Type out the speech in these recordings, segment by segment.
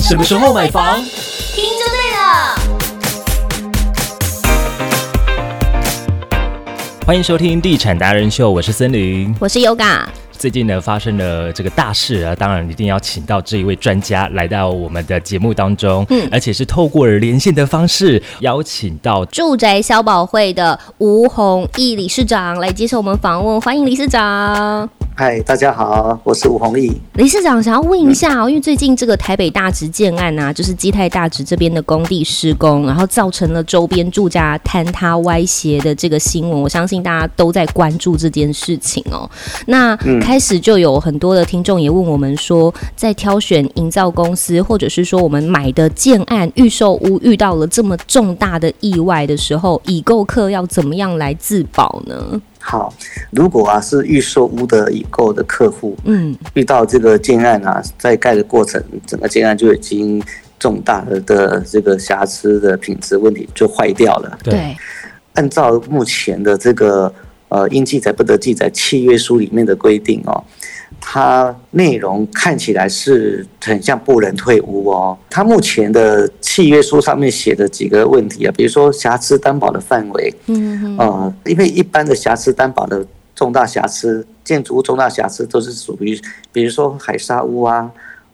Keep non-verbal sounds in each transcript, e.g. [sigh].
什么时候买房？听就对了。欢迎收听《地产达人秀》，我是森林。我是 Yoga，最近呢发生了这个大事啊，当然一定要请到这一位专家来到我们的节目当中，嗯，而且是透过连线的方式邀请到。住宅消保会的吴宏毅理事长来接受我们访问，欢迎理事长。嗨，大家好，我是吴弘毅。理事长想要问一下哦，因为最近这个台北大直建案啊，就是基泰大直这边的工地施工，然后造成了周边住家坍塌歪斜的这个新闻，我相信大家都在关注这件事情哦。那开始就有很多的听众也问我们说，在挑选营造公司，或者是说我们买的建案预售屋遇到了这么重大的意外的时候，已购客要怎么样来自保呢？好，如果啊是预售屋的已购的客户嗯遇到这个建案啊，在盖的过程，整个建案就已经重大的的这个瑕疵的品质问题就坏掉了。对，按照目前的这个呃应记载不得记载契约书里面的规定哦，它内容看起来是很像不能退屋哦。它目前的契约书上面写的几个问题啊，比如说瑕疵担保的范围，嗯哼呃，因为一般的瑕疵担保的重大瑕疵，建筑物重大瑕疵都是属于，比如说海砂屋啊，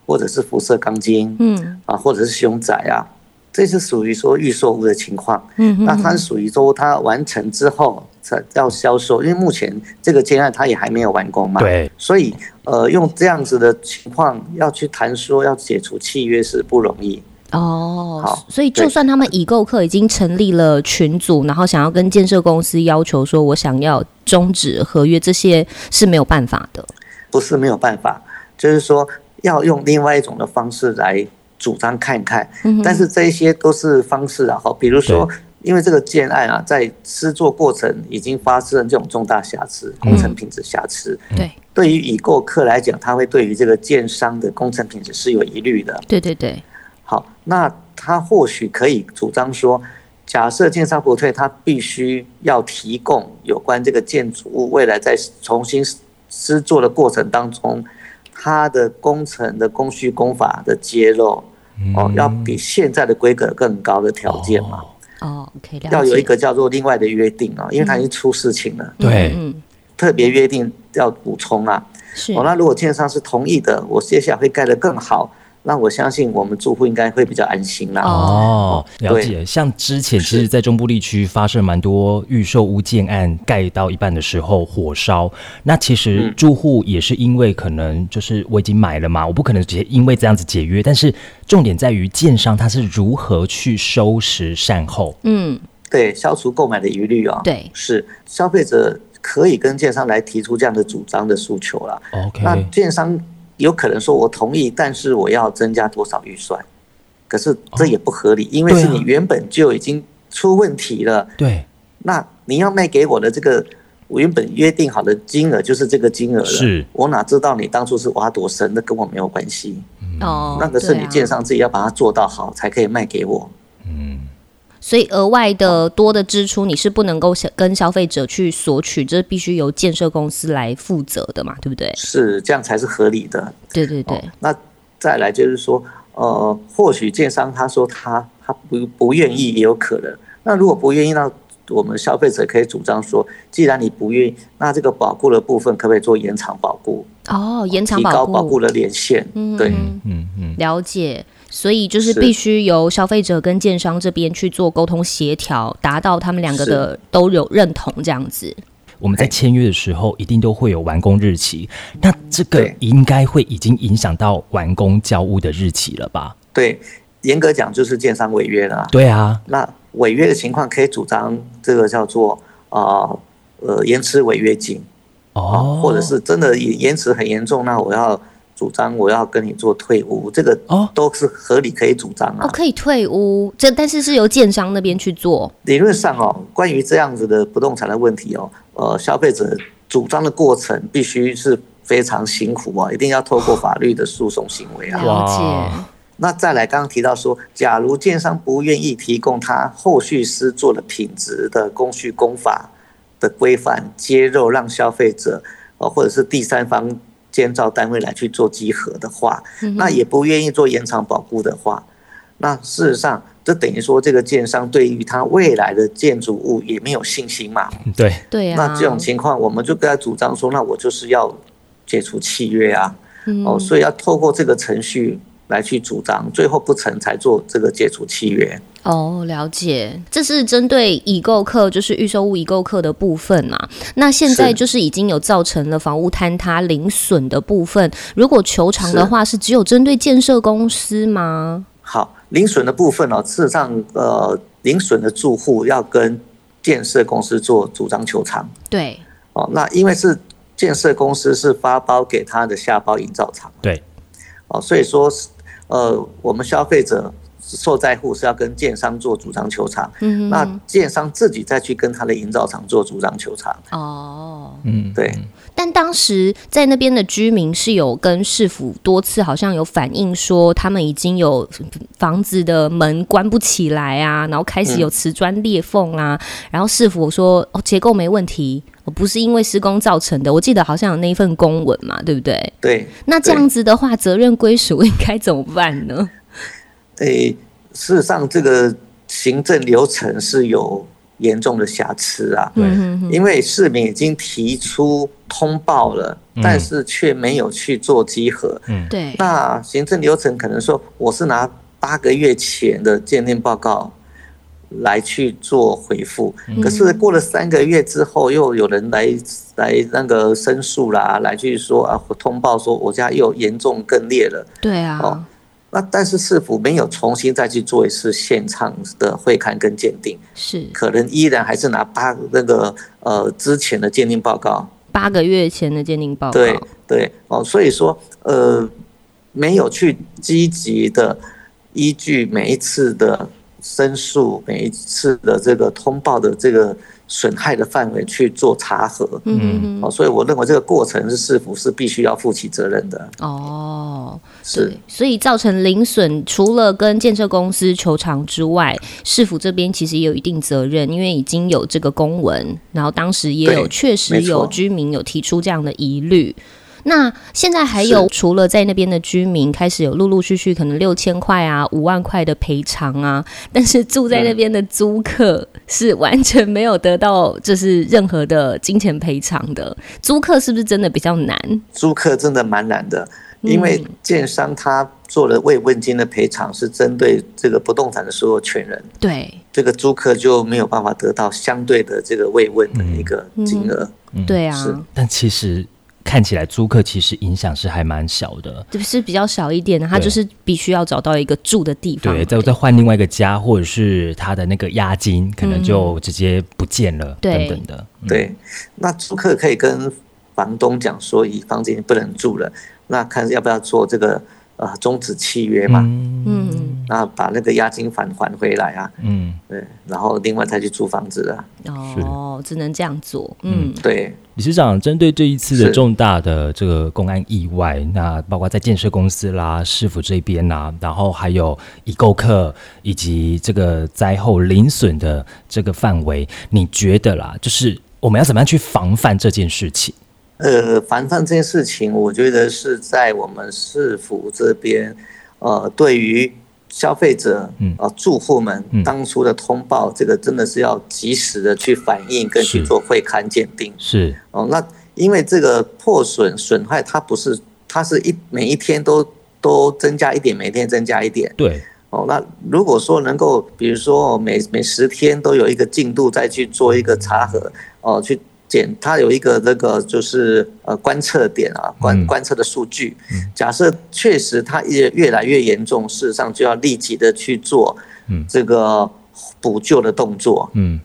或者是辐射钢筋嗯啊，或者是凶宅啊，这是属于说预售屋的情况。嗯哼，那它是属于说它完成之后才要销售，因为目前这个建案它也还没有完工嘛。。对，所以，呃，用这样子的情况要去谈说要解除契约是不容易。哦好，所以就对算他们已购客已经成立了群组，然后想要跟建设公司要求说，我想要终止合约，这些是没有办法的。不是没有办法，就是说要用另外一种的方式来主张看看。嗯哼但是这一些都是方式啊，好，比如说，因为这个建案啊，在施作过程已经发生这种重大瑕疵，嗯工程品质瑕疵，对对于已购客来讲，他会对于这个建商的工程品质是有疑虑的。对对对，好，那他或许可以主张说，假设建商不退，他必须要提供有关这个建筑物未来在重新施作的过程当中，它的工程的工序工法的揭露，嗯哦，要比现在的规格更高的条件嘛，哦，OK，了解。要有一个叫做另外的约定啊、哦，因为它已经出事情了，嗯对嗯，嗯特别约定要补充啊。是哦，那如果建商是同意的，我接下来会盖得更好，那我相信我们住户应该会比较安心啦。哦哦，了对解。像之前其实，是在中部地区发生蛮多预售屋建案盖到一半的时候火烧，那其实嗯住户也是因为可能就是我已经买了嘛，我不可能直接因为这样子解约，但是重点在于建商他是如何去收拾善后。嗯，对，消除购买的疑虑啊、对是消费者可以跟建商来提出这样的主张的诉求啦。 OK，那建商有可能说我同意，但是我要增加多少预算？可是这也不合理，因为对啊是你原本就已经出问题了。对，那你要卖给我的这个，我原本约定好的金额就是这个金额了。是我哪知道你当初是挖多深？那跟我没有关系。哦，那个是你对建啊，商自己要把它做到好，才可以卖给我。嗯，所以额外的多的支出你是不能够消跟消费者去索取，这必须由建设公司来负责的嘛，对不对？是这样才是合理的。对对对，那再来就是说，呃，或许建商他说他他不不愿意也有可能。那如果不愿意，那我们消费者可以主张说，既然你不愿意，那这个保固的部分可不可以做延长保固，哦，延长提高保护固，的年限？嗯对，嗯嗯嗯，了解，所以就是是必须由消费者跟建商这边去做沟通协调，达到他们两个的都有认同这样子。我们在签约的时候一定都会有完工日期，那这个对应该会已经影响到完工交屋的日期了吧？对，严格讲就是建商违约了啊。对啊，那违约的情况可以主张这个叫做啊呃延迟违约金哦，或者是真的延延迟很严重，那我要主张我要跟你做退屋，这个哦都是合理可以主张啊。哦，可以退屋，这但是是由建商那边去做。理论上哦，关于这样子的不动产的问题哦，呃，消费者主张的过程必须是非常辛苦啊，一定要透过法律的诉讼行为啊。了哇解，那再来，刚刚提到说，假如建商不愿意提供他后续施作的品质的工序工法的规范揭露，让消费者呃或者是第三方建造单位来去做集合的话，那也不愿意做延长保固的话，那事实上这等于说这个建商对于他未来的建筑物也没有信心嘛。嗯对，对啊，那这种情况，我们就跟他主张说，那我就是要解除契约啊，嗯哦，所以要透过这个程序来去主张，最后不成才做这个解除契约。哦，了解，这是针对已购客，就是预售物已购客的部分嘛。那现在是就是已经有造成了房屋坍塌零损的部分，如果求偿的话，是只有针对建设公司吗？好，零损的部分哦，事实上，呃，零损的住户要跟建设公司做主张求偿对，哦，那因为是建设公司是发包给他的下包营造厂，对，哦，所以说，呃，我们消费者受灾户是要跟建商做主张求偿，嗯那哼，建商自己再去跟他的营造厂做主张求偿，哦，嗯，对。但当时在那边的居民是有跟市府多次好像有反映说，他们已经有嗯房子的门关不起来啊，然后开始有瓷砖裂缝啊，然后市府说哦结构没问题，哦不是因为施工造成的，我记得好像有那一份公文嘛，对不对？对，那这样子的话，责任归属应该怎么办呢？诶，事实上这个行政流程是有严重的瑕疵啊，对嗯哼哼因为市民已经提出通报了，嗯但是却没有去做稽核。对，那行政流程可能说我是拿八个月前的鉴定报告来去做回复，可是过了三个月之后，又有人来来那个申诉啦，来去说啊，我通报说我家又严重更裂了。对啊，哦那但是市府没有重新再去做一次现场的会勘跟鉴定，是可能依然还是拿八那个呃之前的鉴定报告，八个月前的鉴定报告，对对哦，所以说呃没有去积极的依据每一次的申诉，每一次的这个通报的这个损害的范围去做查核。嗯哼哼哦，所以我认为这个过程是市府是必须要负起责任的，哦，是对，所以造成零损，除了跟建设公司求偿之外，市府这边其实也有一定责任，因为已经有这个公文，然后当时也有对确实有没错居民有提出这样的疑虑。那现在还有是除了在那边的居民开始有陆陆续续可能六千块啊、五万块的赔偿啊，但是住在那边的租客是完全没有得到就是任何的金钱赔偿的，租客是不是真的比较难？租客真的蛮难的，嗯因为建商他做了慰问金的赔偿是针对这个不动产的所有权人，对。这个租客就没有办法得到相对的这个慰问的嗯一个金额。对啊，是但其实看起来租客其实影响是还蛮小的。就是比较少一点的，他对就是必须要找到一个住的地方而对，已。再再换另外一个家，或者是他的那个押金，可能就直接不见了，对等等的。对，那租客可以跟房东讲说，以房子已经不能住了，那看要不要做这个呃终止契约嘛，嗯嗯，那把那个押金返还回来啊，嗯，对，然后另外再去租房子啊，哦，只能这样做。嗯，对，理事长，针对这一次的是重大的这个公安意外，那包括在建设公司啦、市府这边啦、然后还有已购客以及这个灾后零损的这个范围，你觉得啦，就是我们要怎么样去防范这件事情？呃，防范这件事情，我觉得是在我们市府这边，呃，对于消费者、嗯呃住户们嗯当初的通报，这个真的是要及时的去反映跟去是做会勘鉴定是，哦。那因为这个破损损害，它不是，它是一每一天都都增加一点，每天增加一点对，哦。那如果说能够，比如说哦每每十天都有一个进度，再去做一个查核哦，去检它有一个那个就是呃观测点啊，观嗯观测的数据。假设确实它也越来越严重，事实上就要立即的去做嗯这个补救的动作，嗯，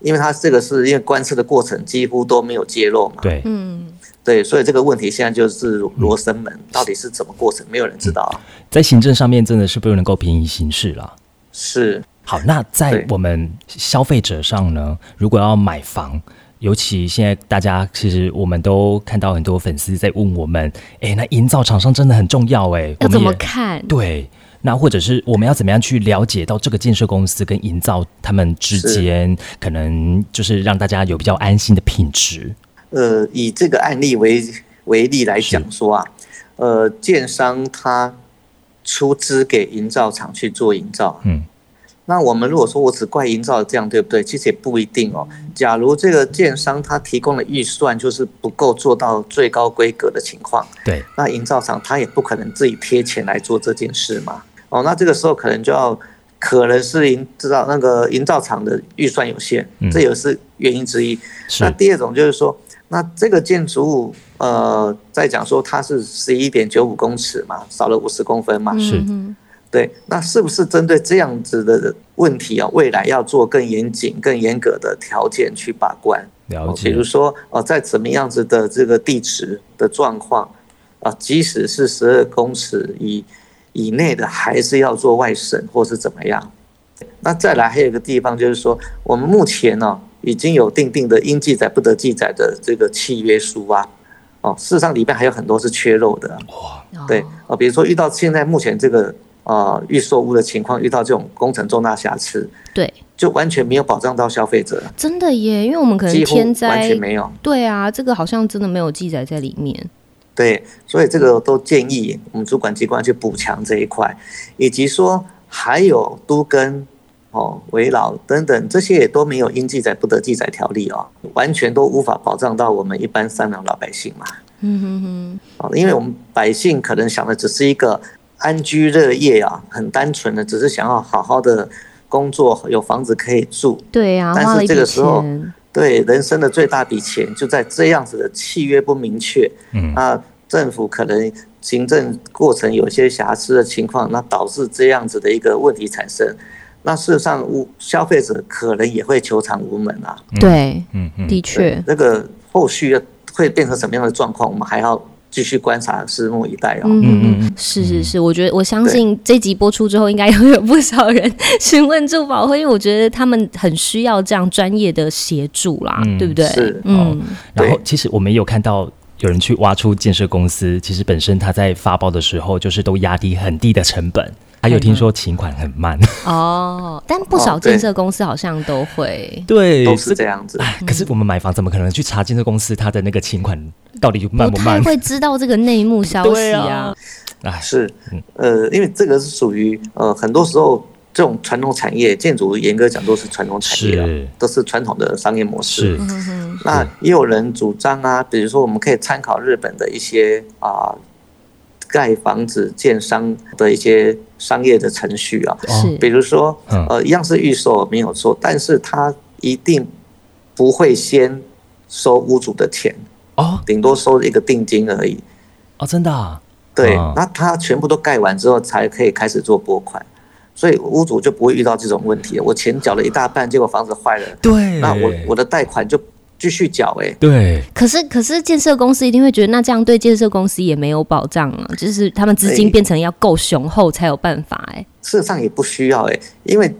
因为它这个是因为观测的过程几乎都没有揭露嘛，对，嗯，对，所以这个问题现在就是罗生门，到底是怎么过程，没有人知道啊。在行政上面真的是不能够平移行事啦。是，好，那在对我们消费者上呢，如果要买房，尤其现在大家其实我们都看到很多粉丝在问我们，哎，那营造厂商真的很重要哎，我要们怎么也看？对，那或者是我们要怎么样去了解到这个建设公司跟营造他们之是间，可能就是让大家有比较安心的品质。呃，以这个案例为为例来讲说啊，呃，建商他出资给营造厂去做营造，嗯，那我们如果说我只怪营造这样，对不对？其实也不一定哦。假如这个建商他提供的预算就是不够做到最高规格的情况，对，那营造厂他也不可能自己贴钱来做这件事嘛。哦，那这个时候可能就要，可能是营知道那个营造厂的预算有限嗯，这也是原因之一。是那，第二种就是说，那这个建筑物，呃，再讲说它是十一点九五公尺嘛，少了五十公分嘛，啊是嗯对，那是不是针对这样子的问题啊、未来要做更严谨、更严格的条件去把关？了哦比解如，说，呃，在怎么样子的这个地址的状况啊、即使是十二公尺以以内的，还是要做外审或是怎么样？那再来还有一个地方就是说，我们目前呢、已经有定定的应记载不得记载的这个契约书啊，哦，事实上里面还有很多是缺漏的啊、哇，哼对哦，呃，比如说遇到现在目前这个呃预售屋的情况，遇到这种工程重大瑕疵，对，就完全没有保障到消费者，真的耶，因为我们可能几乎天完灾全，没有。对啊，这个好像真的没有记载在里面。对，所以这个都建议我们主管机关去补强这一块，以及说还有都跟哦、围绕等等这些也都没有应记载不得记载条例哦，完全都无法保障到我们一般善良老百姓嘛。嗯哼哼，啊，因为我们百姓可能想的只是一个安居乐业啊，很单纯的，只是想要好好的工作，有房子可以住。对啊，但是花了一这笔个时候钱，对，人生的最大笔钱就在这样子的契约不明确，嗯，那政府可能行政过程有些瑕疵的情况，那导致这样子的一个问题产生。那事实上，无消费者可能也会求偿无门啊。对，嗯嗯，的确，那个后续会变成什么样的状况，我们还要继续观察，拭目以待哦。嗯嗯嗯嗯嗯，是是是，我觉得我相信这集播出之后，应该 [laughs] 会有不少人询问住保会，因为我觉得他们很需要这样专业的协助啦，嗯对不对？是好嗯，然后对其实我们也有看到。有人去挖出建设公司，其实本身他在发包的时候就是都压低很低的成本，还有听说请款很慢，哦，但不哦少对建设公司好像都 [laughs] 会，[laughs] 对，都是这样子。哎，可是我们买房怎么可能去查建设公司它的那个请款到底慢不慢太？会知道这个内幕消息对啊啊。哎，是，呃，因为这个是属于呃，很多时候这种传统产业，建筑严格讲都是传统产业是了，都是传统的商业模式是。嗯哼哼那也有人主张啊，比如说我们可以参考日本的一些啊、盖房子建商的一些商业的程序啊，哦是比如说嗯呃，一样是预售没有错，但是他一定不会先收屋主的钱，哦顶多收一个定金而已。哦，真的、啊，对嗯，那他全部都盖完之后才可以开始做拨款，所以屋主就不会遇到这种问题。我钱缴了一大半，结果房子坏了，对，那我我的贷款就继续缴哎、欸对可是，可是建设公司一定会觉得，那这样对建设公司也没有保障啊，就是他们资金对变成要够雄厚才有办法哎、事实上也不需要哎、欸因为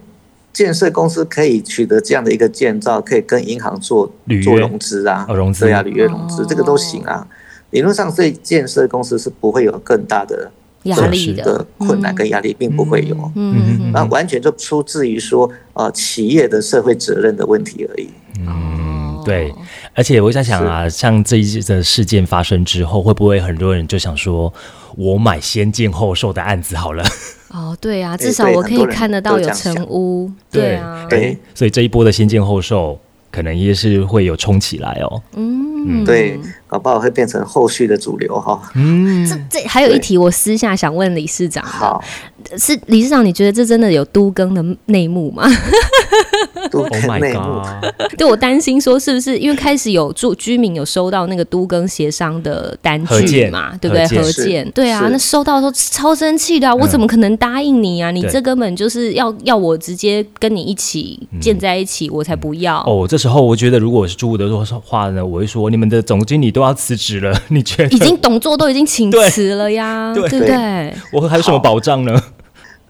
建设公司可以取得这样的一个建造，可以跟银行做履约做融资啊，哦融资对啊，履约融资、哦这个都行啊。理论上，对建设公司是不会有更大的压力是的的困难跟压力，并不会有。嗯嗯嗯那完全就出自于说，呃，企业的社会责任的问题而已。哦嗯对，而且我在想啊，像这一次的事件发生之后，会不会很多人就想说，我买先建后售的案子好了？哦，对啊，对至少对我很可以多人看得到都有这样成想屋，对啊，对所以这一波的先建后售，可能也是会有冲起来哦。嗯，对，搞不好会变成后续的主流哈。 [laughs] 嗯，这这还有一对题，我私下想问理事长的，好，是理事长，你觉得这真的有都更的内幕吗？ [laughs] 都 [laughs] Oh 跟 my 内幕 god！对我担心说是不是因为开始有住居民有收到那个都更协商的单合据建嘛，对不对？合建合是建，对啊，是那收到的时候超生气的、啊，我嗯怎么可能答应你啊？你对这根本就是要要我直接跟你一起建在一起，我才不要。嗯哦，这时候我觉得，如果我是住户的话呢，我会说，你们的总经理都要辞职了，你觉已得经董座都已经请对辞了呀，对对不对对？ [laughs] 我还有什么保障呢？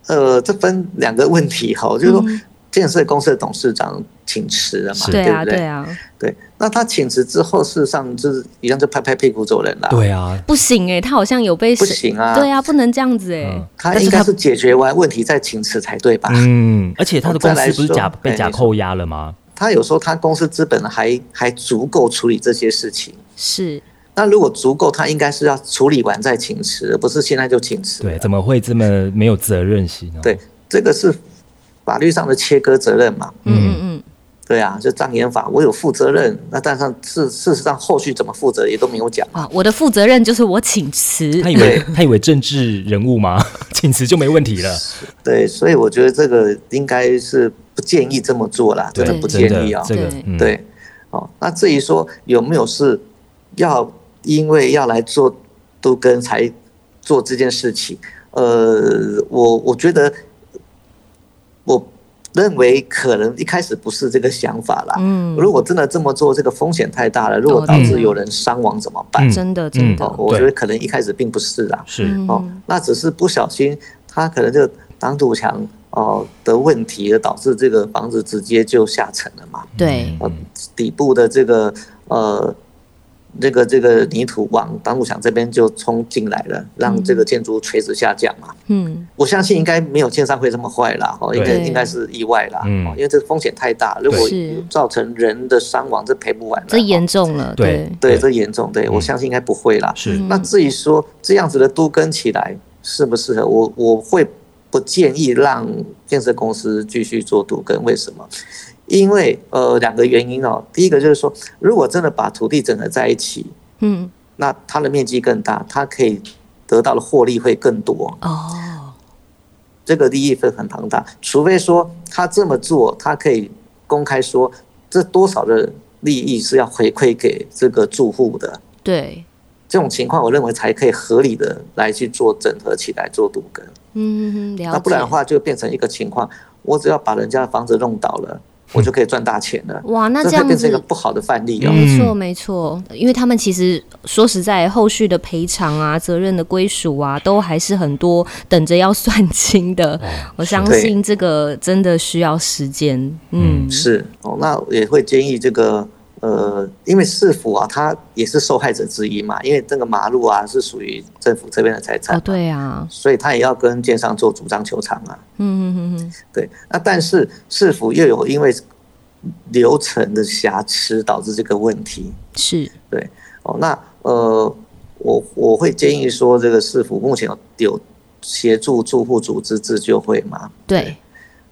呃，这分两个问题哈，就是说建设公司的董事长请辞了嘛，是嗯对啊，不对对？啊，对，那他请辞之后，事实上就是一样就拍拍屁股走人了。，对 [laughs] 啊，不行哎、他好像有被不审行啊。对啊，不能这样子哎、嗯他但是应该他是解决完问题再请辞才对吧？嗯，而且他的公再来司不是说假哎被你假说扣押了吗？他有时候他公司资本还还足够处理这些事情。是那如果足够，他应该是要处理完再请辞，而不是现在就请辞。对，怎么会这么没有责任心呢？啊对，这个是法律上的切割责任嘛？嗯嗯对啊，就障眼法，我有负责任。那但是事事实上后续怎么负责也都没有讲。嗯，啊，我的负责任就是我请辞他。以为他以为政治人物吗？ [laughs] 请辞就没问题了。对，所以我觉得这个应该是不建议这么做啦，真的不建真的议啊、这个对嗯对，哦，那至于说有没有是要因为要来做都跟才做这件事情，呃，我我觉得我认为可能一开始不是这个想法啦。嗯，如果真的这么做，这个风险太大了，如果哦导致对有人伤亡怎么办？嗯真的真的哦，我对觉得可能一开始并不是啦。是嗯哦，那只是不小心，他可能这个挡土墙哦的问题，而导致这个房子直接就下沉了嘛。对，呃嗯底部的这个呃这个这个泥土往挡土墙这边就冲进来了，让这个建筑垂直下降嘛。嗯我相信应该没有建商会这么坏啦，哦，对应该对应该是意外啦，嗯哦，因为这个风险太大，如果是造成人的伤亡，这赔不完了。这哦严重了，对对，对，这严重，对我嗯相信应该不会啦。是嗯那至于说这样子的都跟起来适不适合，我我会不建议让建设公司继续做都跟。为什么？因为呃两个原因哦，第一个就是说，如果真的把土地整合在一起，嗯那它的面积更大，它可以得到的获利会更多，哦，这个利益会很庞大。除非说他这么做，他可以公开说这多少的利益是要回馈给这个住户的，对，这种情况，我认为才可以合理的来去做整合起来做独根。嗯，了解。那不然的，话，就变成一个情况，我只要把人家的房子弄倒了，我就可以赚大钱了。哇，嗯那这这会样变成一个子。不好的范例哦。嗯没错，没错，因为他们其实说实在，后续的赔偿啊、责任的归属啊，都还是很多等着要算清的。 [laughs] 我相对信这个真的需要时间。嗯，是哦，那我也会建议这个呃，因为市府啊，他也是受害者之一嘛，因为这个马路啊是属于政府这边的财产哦，，对啊，所以他也要跟建商做主张求偿啊。嗯嗯嗯对，那但是市府又有因为流程的瑕疵导致这个问题，嗯，是，哦，那呃，我我会建议说，这个市府目前有有协助住户组织自救会嘛？对，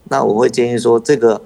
那我会建议说，这个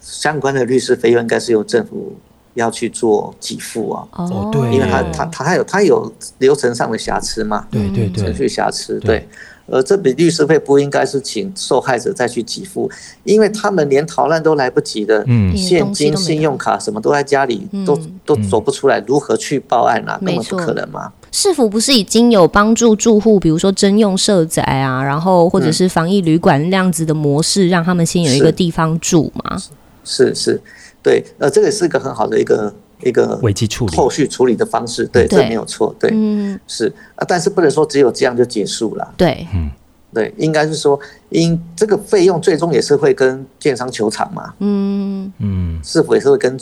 相关的律师费用应该是由政府要去做给付啊，哦，对因为他耶他他还有他有流程上的瑕疵嘛，对对嗯对程序瑕疵，对对。呃，这笔律师费不应该是请受害者再去给付，因为他们连逃难都来不及的，嗯现东西都金、没信用卡什么都在家里，都嗯都走不出来，如何去报案啊？根没本不错可能嘛。市府不是已经有帮助住户，比如说征用社宅啊，然后或者是防疫旅馆那样子的模式，让他们先有一个是地方住嘛？是是，对，呃，这个是一个很好的一个一个危机处理，后续处理的方式，对，这对没有错，对，嗯，是啊，但是不能说只有这样就结束了，对，对，应该是说，因这个费用最终也是会跟建商求偿嘛，嗯，嗯市府也是会跟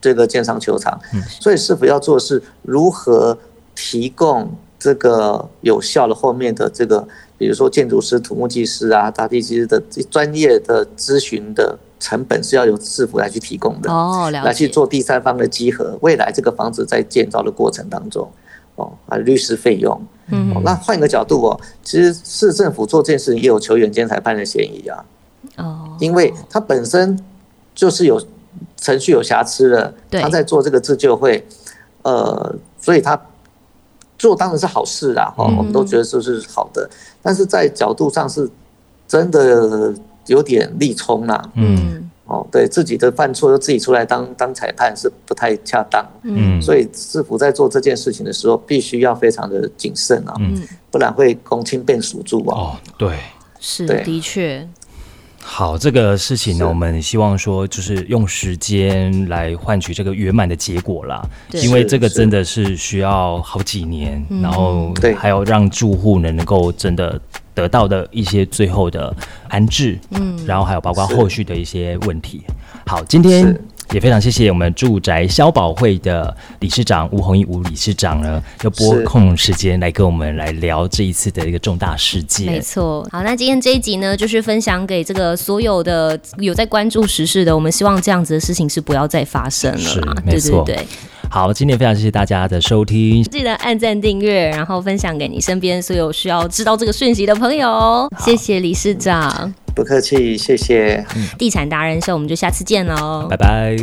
这个建商求偿，所以市府要做的是如何提供这个有效的后面的这个，比如说建筑师、土木技师啊、大地技师的专业的咨询的成本是要由市府来去提供的。哦，了来解，去做第三方的稽核，未来这个房子在建造的过程当中，哦啊，律师费用，嗯哦，那换一个角度哦，其实市政府做这件事情也有球员兼裁判的嫌疑啊，哦，因为他本身就是有程序有瑕疵的，对他在做这个自救会，呃，所以他做当然是好事啦，嗯哦，我们都觉得这是好的，但是在角度上是真的有点力冲啦、嗯嗯哦，对自己的犯错又自己出来当当裁判是不太恰当，嗯，所以市府在做这件事情的时候，必须要非常的谨慎啊、嗯不然会公亲变属猪啊。哦对。是对的确，好，这个事情是呢，我们希望说，就是用时间来换取这个圆满的结果啦。对因为是这个是真的是需要好几年，嗯然后对还有让住户呢能够真的得到的一些最后的安置，嗯，然后还有包括是后续的一些问题。好，今天是也非常谢谢我们住宅消保会的理事长吴宏义吴理事长呢，又拨是空时间来跟我们来聊这一次的一个重大事件。没错。好，那今天这一集呢，就是分享给这个所有的有在关注时事的，我们希望这样子的事情是不要再发生了啦是没对错对对，好，今天非常谢谢大家的收听，记得按赞、订阅，然后分享给你身边所有需要知道这个讯息的朋友。谢谢理事长，不客气，谢谢。地产达人秀，我们就下次见喽，拜拜。